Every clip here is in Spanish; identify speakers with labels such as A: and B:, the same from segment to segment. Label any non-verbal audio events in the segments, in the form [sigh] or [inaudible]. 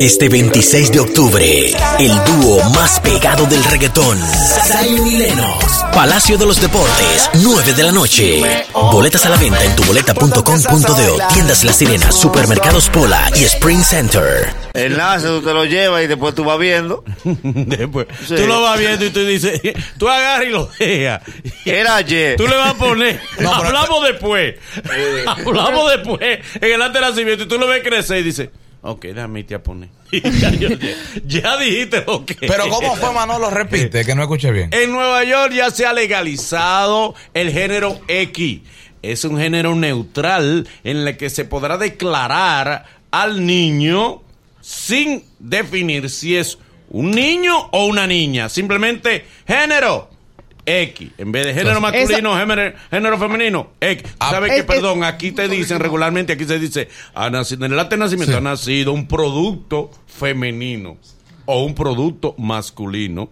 A: Este 26 de octubre, el dúo más pegado del reggaetón, Zion y Lennox, Palacio de los Deportes, 9 de la noche. Boletas a la venta en tuboleta.com.de, tiendas La Sirena, supermercados Pola y Spring Center.
B: El enlace tú te lo llevas y después tú vas viendo.
C: [laughs] Después, Tú lo vas viendo y tú dices, tú agarras y lo dejas.
B: Era ayer.
C: Tú le vas a
D: [laughs]
C: poner, hablamos después.
D: Eh,
C: [laughs] hablamos después en el ante nacimiento y tú lo ves crecer y dices, ok, déjame irte a poner. [laughs] ya, yo- ya dijiste lo que.
D: Pero
B: [laughs]
D: ¿cómo fue Manolo? Repite, que no escuché bien.
C: En Nueva York ya se ha legalizado el género X. Es un género neutral en el que se podrá declarar al niño sin definir si es un niño o una niña. Simplemente género X. En vez de género masculino, género, género femenino, X.
D: Ah,
C: ¿Sabes
E: es-
C: qué?
E: es-
C: Perdón, aquí te dicen regularmente, aquí se dice, ha nacido, en el acta de nacimiento
D: Sí.
C: ha nacido un producto femenino o un producto masculino.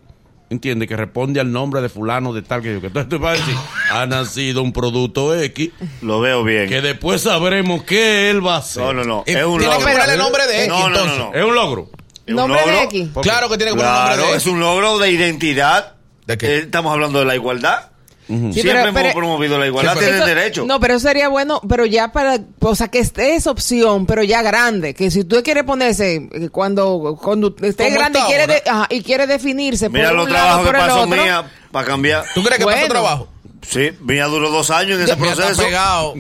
C: Entiende que responde al nombre de fulano de tal que yo que entonces tú vas a decir, ha nacido un producto X
B: Lo veo bien.
C: que después sabremos qué él va a ser.
B: No, no, no.
D: Y
B: Es un
D: tiene que
B: logro.
D: ponerle el nombre de X,
B: No, no, no,
D: entonces.
B: no.
C: Es un logro.
B: Es un
E: Nombre de
B: logro.
E: X.
D: Claro que tiene que poner nombre
B: Claro,
D: de
B: es un logro de identidad.
D: ¿De qué?
B: Eh, Estamos hablando de la igualdad.
E: Sí,
B: Siempre
E: pero-
B: hemos
E: pero-
B: promovido la igualdad.
D: Sí, pero-
B: Tienen
E: Eso-
B: derecho.
E: No, pero eso sería bueno, pero ya para, o sea, que esté esa opción, pero ya grande, que si tú quieres ponerse eh, cuando cuando esté
D: Como
E: grande y
D: está
E: quiere,
D: ahora.
E: de- ajá, y quiere definirse
B: Mira
E: por
B: los
E: un lado
B: trabajos que
E: por el
B: pasó
E: otro.
B: mía para cambiar.
D: ¿Tú crees que
E: Bueno.
D: pasó trabajo?
B: Sí, mía duró dos años en ese
D: Ya está
B: proceso. [laughs]
D: pegado.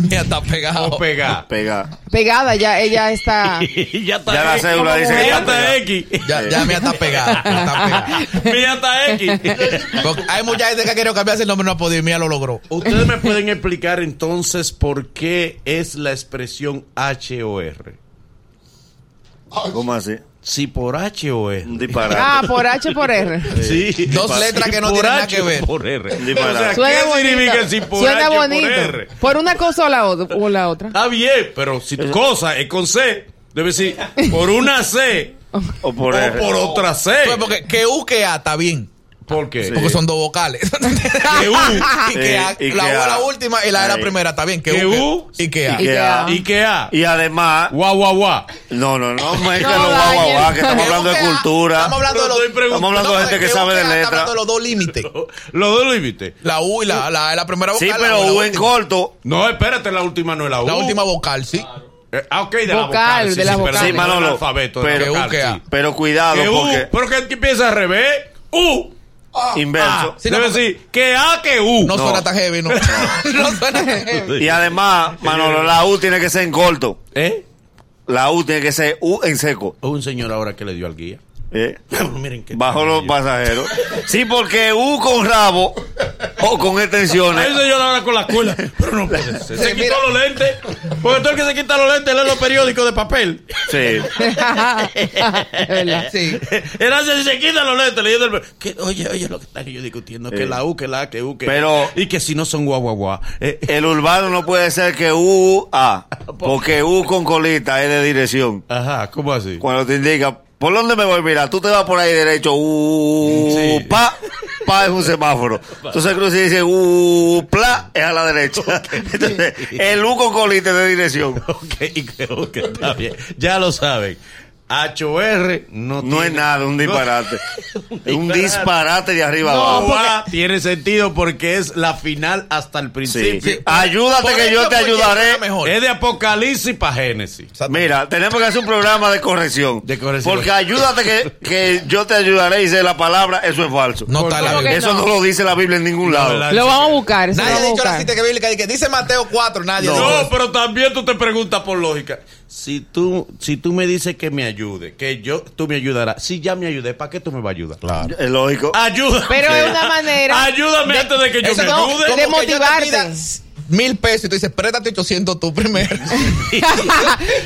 D: Ya está pegado.
C: O pegar. [laughs]
B: Pega.
E: Pegada ya, ella
B: [laughs]
E: está
C: ya está
B: Ya la
C: X.
B: cédula dice que
C: Ya
B: está
C: está
B: pegada.
C: X. [laughs]
D: Ya, ya me está pegado. ya está
B: [laughs]
D: pegado.
C: Mía está X.
D: Porque hay mucha gente que ha querido cambiarse el nombre y no ha podido. y Mía lo logró.
C: Ustedes me pueden explicar entonces por qué es la expresión HOR.
B: ¿Cómo así?
C: Si por HOR.
B: Un disparate.
E: ah, por H
B: [laughs]
E: por R.
C: Sí.
D: Dos
C: Si
D: letras que no
C: por
D: tienen nada
C: H
D: que ver.
C: Por R.
B: Un disparate.
C: O sea,
E: Suena
C: ¿Qué significa
E: bonito.
C: si por
E: Suena
C: H por
E: bonito.
C: R?
E: Por una cosa o la otra. O la otra.
C: Está bien, pero si tu cosa es con C, debe decir por una
E: [laughs]
C: C
B: O por
C: o
B: R.
C: por otra C.
D: Pues porque que U que A está bien.
C: ¿Por qué?
D: Porque son dos vocales. [laughs]
C: Que U
D: y que A,
B: Sí, y
D: la
B: que
D: U es
B: A.
D: la última y la era
B: Ahí.
D: primera. Está bien. Que,
C: Que
D: U
C: U
D: y que A.
E: y que A. [laughs]
C: y que A.
B: Ah, Y además,
C: Guau, guau, guau.
B: no, no, no, no es que
E: No,
B: lo guau, guau,
E: Daniel.
B: guau, que estamos hablando de
D: U que A,
B: cultura.
D: Estamos hablando de,
C: Pero
D: los,
C: estoy preguntando
B: Estamos hablando de gente que sabe de
D: U que A,
B: letra.
D: Estamos hablando de los dos límites.
C: Los dos límites.
D: La U y la, la, la primera vocal.
B: Sí,
D: la
B: pero
D: la
B: U en
D: última.
B: corto.
C: No, espérate, la última no es la U.
D: La última vocal, sí.
C: Eh, ah, ok, de la
E: Vocal,
C: vocal.
E: de la
C: perdón,
E: vocal.
C: no
E: Sí,
C: del
B: Manolo,
C: alfabeto, de la
B: pero-
C: vocal,
D: que U,
C: sí.
B: Pero cuidado,
C: Que U,
B: porque
C: pero que empieza al revés. U. Ah,
B: inverso.
D: sí,
C: debe
D: no,
C: decir que A que U.
D: No,
B: No.
D: suena tan heavy,
B: [laughs]
D: no. [laughs] no suena tan heavy.
B: Y además, Manolo, la U tiene que ser en corto.
C: ¿Eh?
B: La U tiene que ser U en seco.
C: Hubo un señor ahora que le dio al guía.
B: ¿eh?
C: [laughs] Miren qué
B: Bajo los
C: maravilla.
B: pasajeros. Sí, porque U con rabo o con
C: Hay un
B: extensiones.
C: señor ahora con la escuela. Pero no
B: [laughs]
C: puede ser. Se
D: Sí, mira.
C: quitó los lentes. Porque todo el que se quita los lentes lee los periódicos de papel.
B: [laughs] Sí.
E: Es verdad.
D: Sí.
C: Entonces, si se quita los lentes leyendo el que, Oye, oye, lo que están ellos discutiendo. Que
B: Eh.
C: la U, que la A, que U, que
B: Pero-
C: Y que si no son guau, guau, guau. Eh, eh,
B: El urbano no puede ser que U
C: [laughs]
B: A. Porque U con colita es de dirección.
C: Ajá, ¿cómo así?
B: Cuando te indica, ¿por dónde me voy? Mira, tú te vas por ahí derecho. U
C: Sí.
B: pa. Pa es un semáforo. Entonces cruza y dice U pla es a la derecha. Entonces, el U con colita es de dirección.
C: [laughs] Ok, creo que está bien. Ya lo saben. HOR no,
B: No es
C: tiene-
B: nada, un disparate. Es un disparate de arriba
C: No,
B: abajo.
C: guau, tiene sentido porque es la final hasta el
B: Sí.
C: principio.
B: Ayúdate
D: Por
B: que yo
D: esto,
B: te
D: porque
B: ayudaré.
D: suena Mejor.
C: Es de Apocalipsis para Génesis.
B: Mira, tenemos que hacer un programa de corrección.
C: De corrección.
B: Porque ayúdate que, que yo te ayudaré, dice la palabra, eso es falso.
D: No está la
E: ¿Cómo que
D: Biblia.
B: eso no.
E: no?
B: lo dice la Biblia en ningún
C: No,
B: lado.
C: la-
E: Lo vamos a buscar, eso lo
D: Nadie ha
E: vamos a
D: dicho la
E: buscar.
D: cita que bíblica de que dice Mateo 4. Nadie.
B: No.
D: dijo
C: No,
D: eso.
C: pero también tú te preguntas por lógica. Si tú, si tú me dices que me ayude, que yo, tú me ayudarás. Si ya me ayudé, ¿para qué tú me vas a ayudar?
B: Es lógico.
C: Ayuda.
E: Pero es una manera.
C: Ayúdame antes de que yo
D: Eso
C: me
D: no,
C: ayude.
D: como
E: de
D: que yo te
E: motivarte.
D: pida Mil pesos y tú dices, préstate 800 tú
B: [laughs]
D: primero.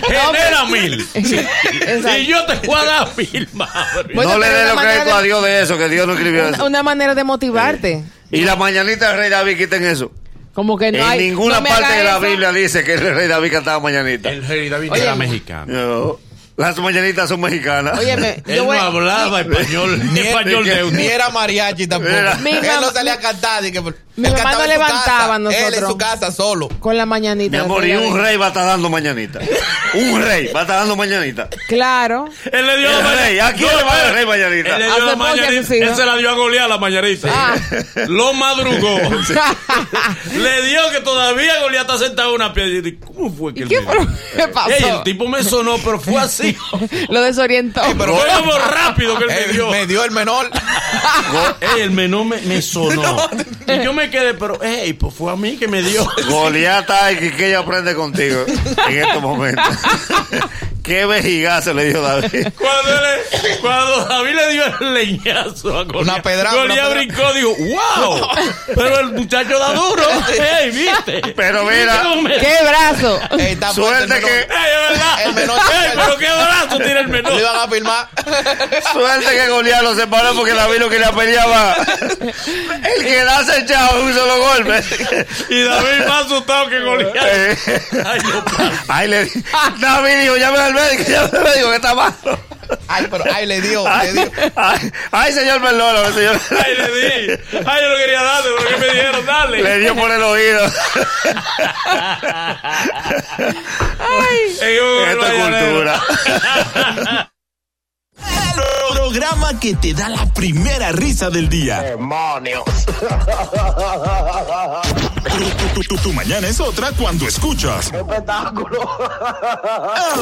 C: Genera mil.
E: Exacto.
C: Y yo te voy a dar mil, madre.
E: Bueno,
B: no le
E: pero
B: des
E: una
B: lo
E: manera
B: crédito
E: de-
B: a Dios de eso, que Dios no escribió
E: Una,
B: eso.
E: una manera de motivarte.
B: Y la mañanita del rey David, quiten eso.
E: Como que no
B: en
E: hay.
B: ninguna
E: no me
B: parte
E: haga
B: de la
E: eso.
B: Biblia dice que el rey David cantaba mañanita.
C: El rey David era mexicano.
B: No, las mañanitas son mexicanas. [laughs]
E: Óyeme, yo
C: Él
E: voy-
C: no hablaba español, ni
D: Ni,
C: español
D: ni-
C: neutro.
D: ni era mariachi tampoco.
B: Era-
E: Mi
D: Él
E: mamá-
D: no salía a cantar. dije,
E: Mi
D: Él
E: mamá
D: cantaba en
E: no
D: su
E: levantaba
D: casa,
E: a nosotros.
D: Él en su casa solo.
E: Con la mañanita.
B: Mi amor, y
E: aquella
B: un
E: vez.
B: rey va a estar dando mañanita. Un rey va a estar dando
E: [laughs]
B: mañanita. [laughs]
E: Claro.
C: Él le dio
B: El
C: la mañana-
B: rey, ¿a quién le va el rey mañanita?
C: Él le dio
E: Hace
C: la
E: poco ya
C: mañanita.
E: se hizo.
C: Él se la dio a Goliat la mañanita.
E: Ah.
C: Lo madrugó. le dio que todavía Goliat está sentado en una piedra. Y yo, ¿Cómo fue que
E: ¿Y
C: él
E: [laughs] qué
C: me-
E: fue lo que pasó?
C: Ey, el tipo me sonó, pero fue
E: [laughs]
C: así.
E: Lo desorientó.
D: pero-
C: fue como rápido que él me
D: Él
C: dio.
D: me dio el menor.
C: Ey, el menor me, me
E: [laughs]
C: sonó. Y yo me quedé, pero, ey, pues fue a mí que me
E: [laughs]
C: dio.
B: Goliata y que ella aprende contigo en estos momentos.
E: [laughs]
B: Qué vejigazo le dio David.
C: Cuando, él- cuando David le dio el leñazo a Goliat,
D: Una pedrada, una
C: Goliat
D: pedrada.
C: brincó dijo, wow, pero el muchacho da
E: [laughs]
C: duro. Ey, viste.
B: Pero
C: ¿Viste
B: mira,
C: cómo me-
E: ¡Qué brazo!
D: Él
B: [laughs]
D: está fuerte, el
B: Suerte
D: menor.
B: que-
C: ¡Ey, es verdad!
D: El
B: [laughs]
D: menor-
C: ¡Ey, pero qué barato tiene el menor!
D: Lo iban a filmar.
B: Suerte que Goliat lo separó porque David lo quería peleaba. El que la se echaba un solo golpe.
C: Y David más asustado que Goliat.
B: Eh,
C: ¡Ay, no, pa-
B: Ahí le di- David dijo, llame al médico, llame al médico que está malo.
D: Ay, pero ay, le dio, le
B: Ay,
D: dio.
B: ay, ay, señor perdóname, señor.
C: ¡Ay, le di! ¡Ay, yo no quería darte, pero ¿qué me dijeron? ¡Dale!
B: Le dio por el oído.
C: Ey, yo,
B: Esto es
C: Goliat,
B: cultura.
F: El programa que te da la primera risa del día. ¡Demonios! Tu, tu- tu- tu mañana es otra cuando escuchas. ¡Espectáculo!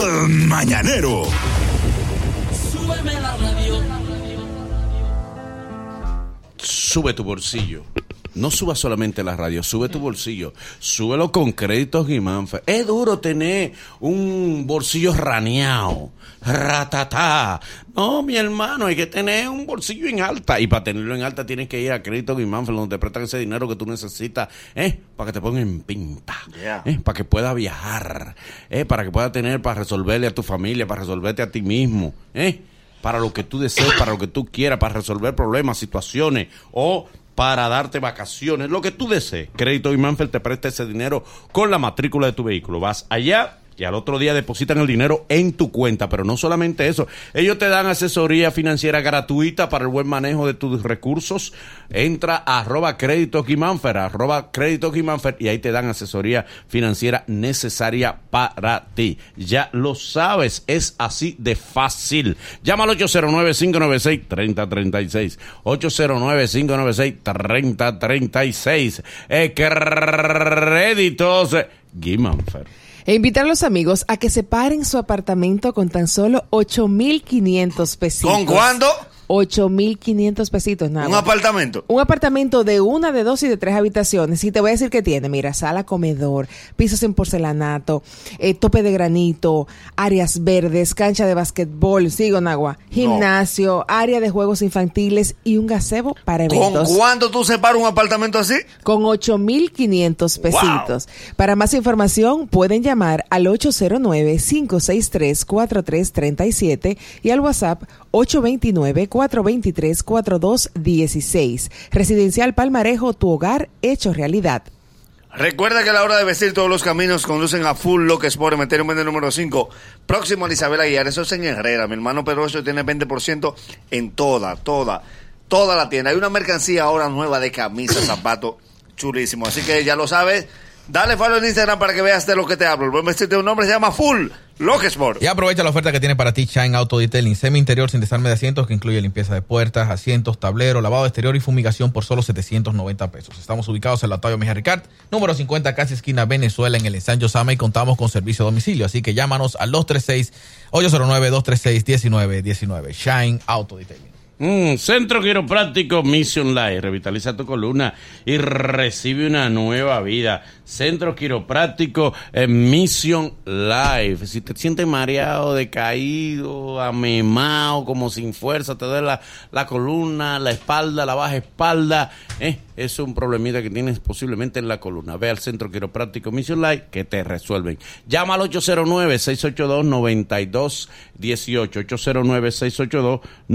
F: El mañanero.
C: sube tu bolsillo. No suba solamente la radio, sube tu bolsillo. Súbelo con créditos y manfa. Es duro tener un bolsillo raneado. Ratatá. No, mi hermano, hay que tener un bolsillo en alta. Y para tenerlo en alta tienes que ir a créditos y manfa, donde te prestan ese dinero que tú necesitas, ¿eh? Para que te pongan en pinta.
B: Yeah.
C: ¿eh? Para que puedas viajar. ¿eh? Para que puedas tener, para resolverle a tu familia, para resolverte a ti mismo. ¿eh? para lo que tú desees, para lo que tú quieras, para resolver problemas, situaciones o para darte vacaciones, lo que tú desees. Crédito y Manfred te presta ese dinero con la matrícula de tu vehículo. Vas allá y al otro día depositan el dinero en tu cuenta, pero no solamente eso, ellos te dan asesoría financiera gratuita para el buen manejo de tus recursos. Entra a arroba crédito Guimánfer, arroba crédito Guimánfer, y ahí te dan asesoría financiera necesaria para ti. Ya lo sabes, es así de fácil. Llama al 809-596-3036. 809-596-3036. Eh, créditos Guimánfer.
E: [laughs] E invitar a los amigos a que se paren su apartamento con tan solo 8,500 pesitos.
B: ¿Con cuánto?
E: 8,500 pesitos, nada.
B: Un apartamento.
E: Un apartamento de una, de dos y de tres habitaciones. Y te voy a decir que tiene, mira, sala, comedor, pisos en porcelanato, eh, tope de granito, áreas verdes, cancha de basquetbol, sigo en agua, gimnasio, área de juegos infantiles y un gazebo para
B: ¿Con
E: eventos.
B: cuánto tú separas un apartamento así?
E: Con 8,500 pesitos. Para más información pueden llamar al 809-563-4337 y al WhatsApp 829-423-4216. Residencial Palmarejo, tu hogar hecho realidad.
B: Recuerda que a la hora de vestir todos los caminos conducen a Full Lock Sport, Meter un número 5, próximo a Isabel Aguilar, eso es en Herrera, mi hermano Pedro eso tiene 20% en toda, toda, toda la tienda. Hay una mercancía ahora nueva de camisas, zapatos, chulísimo, así que ya lo sabes, dale follow en Instagram para que veas de lo que te hablo. El buen vestir de un hombre se llama Full Lock Sport.
D: Y aprovecha la oferta que tiene para ti Shine Auto Detailing Semi Interior sin desarme de asientos que incluye limpieza de puertas, asientos, tablero, lavado exterior y fumigación por solo 790 pesos. Estamos ubicados en la Octavio Mejía Ricard, número 50, casi esquina Venezuela, en el ensancho Sama y contamos con servicio a domicilio. Así que llámanos al 236-809-236-1919. Shine Auto Detailing.
C: Mm, Centro Quiropráctico Mission Life. Revitaliza tu columna y recibe una nueva vida. Centro Quiropráctico eh, Mission Life. Si te sientes mareado, decaído, amemado, como sin fuerza, te duele la, la columna, la espalda, la baja espalda, eh, es un problemita que tienes posiblemente en la columna. Ve al Centro Quiropráctico Mission Life que te resuelven. Llama al 809-682-9218.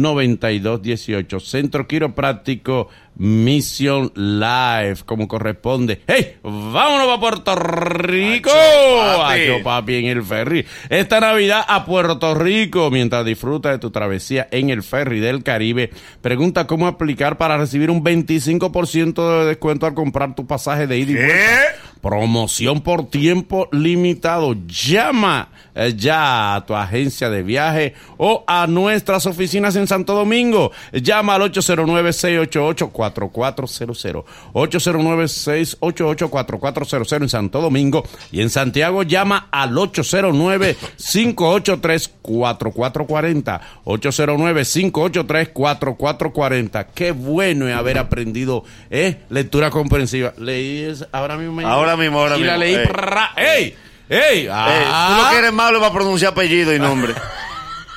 C: 809-682-9218. Centro Quiropráctico Mission Life, como corresponde. ¡Hey! ¡Vámonos para Puerto Rico!
B: Acho, papi.
C: Acho, papi, en el ferry. Esta Navidad a Puerto Rico, mientras disfruta de tu travesía en el ferry del Caribe, pregunta cómo aplicar para recibir un 25% 10% de descuento al comprar tu pasaje de ida y
B: ¿Qué?
C: vuelta. Promoción por tiempo limitado. Llama eh, ya a tu agencia de viaje o a nuestras oficinas en Santo Domingo. Llama al 809-688-4400. 809-688-4400 en Santo Domingo. Y en Santiago llama al 809-583-4440. 809-583-4440. Qué bueno es haber aprendido eh, lectura comprensiva. Leí esa- ahora mismo. me-
B: Ahora mismo, ahora
C: y la
B: mismo,
C: leí.
B: eh.
C: prrra, ¡Ey! ¡Ey!
B: Eh,
C: ah.
B: tú lo que eres malo para pronunciar apellido y nombre.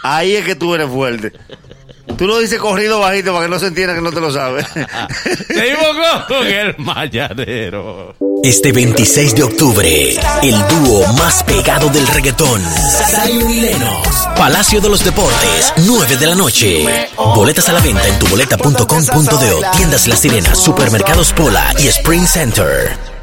B: Ahí es que tú eres fuerte. Tú lo dices corrido bajito para que no se entienda que no te lo sabes.
C: Seguimos con el [laughs] mañanero.
A: Este 26 de octubre, el dúo más pegado del reggaetón. Zion y Lennox. Palacio de los Deportes, 9 de la noche. Boletas a la venta en tuboleta.com.de, tiendas La Sirena, supermercados Pola y Spring Center.